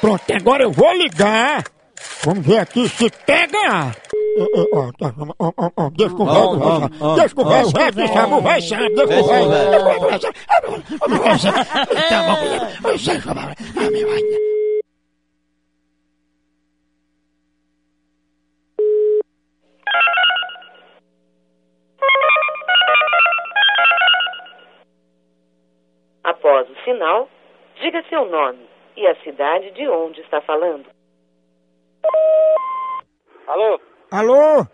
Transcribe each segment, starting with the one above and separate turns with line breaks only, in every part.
Pronto, agora eu vou ligar. Vamos ver aqui se pega. Ó, ó, ó, tá, ó, ó, ó, ó, Deixa com o
Ó,
velho,
ó,
vai,
ó,
vai. deixa com o velho, vai, deixa com o velho, sabe, deixa com o velho.
Deixa
Deixa com o velho, sabe. Então, vamos lá. Eu sei como é. Ah, meu ai.
Após o sinal, diga seu nome e a cidade de onde está falando.
Alô?
Alô?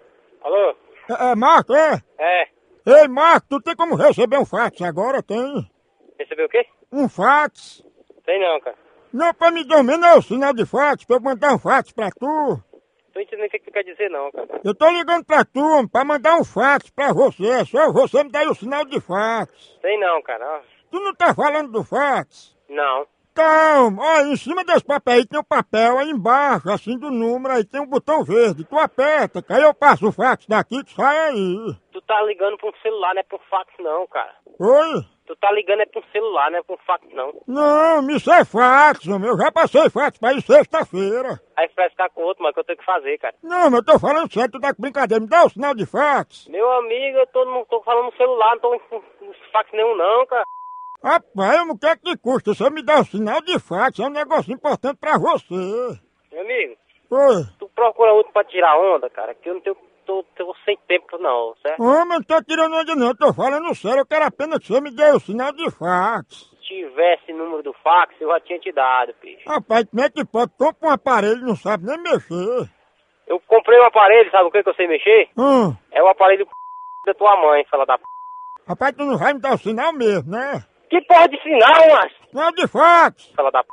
Alô?
É, é, Marco, é?
É,
Ei, Marco, tu tem como receber um fax agora? Tem.
recebeu o quê?
Um fax?
Sei não, cara.
Não, pra me dormir não, o sinal de fax, pra eu mandar um fax pra tu.
Tô entendendo o que tu quer dizer não, cara.
Eu tô ligando pra tu, homem, pra mandar um fax pra você, só você me dá aí o sinal de fax.
Sei não, cara. Ah,
Tu não tá falando do fax?
Não.
Então, ó, em cima desse papel aí tem um papel, aí embaixo, assim do número, aí tem um botão verde. Tu aperta, que aí eu passo o fax daqui que sai aí.
Tu tá ligando pra um celular, não é pra um fax não, cara.
Oi?
Tu tá ligando é pra um celular, não é pra um fax não.
Não, me sai fax, homem. Eu já passei fax pra ir sexta-feira.
Aí frescar com outro, mas que eu tenho que fazer, cara.
Não, mas eu tô falando sério, tu tá com brincadeira. Me dá o sinal de fax.
Meu amigo, eu tô, não tô falando no celular, não tô em em fax nenhum não, cara.
Rapaz, eu não quero que custa. Você me dá o sinal de fax, é um negócio importante pra você.
Meu amigo,
Oi.
tu procura outro pra tirar onda, cara, que eu não tenho... Tô, tô sem tempo não, certo?
Homem, eu não tô tirando onde não, eu tô falando sério. Eu quero apenas que você me dê o sinal de fax.
Se tivesse número do fax, eu já tinha te dado, bicho.
Rapaz, como é que pode? Compra um aparelho e não sabe nem mexer.
Eu comprei um aparelho, sabe o que que eu sei mexer?
Hum.
É o aparelho p... da tua mãe, fala da p...
Rapaz, tu não vai me dar o sinal mesmo, né?
Que porra de sinal, mas?
Sinal de fax.
Fala da p...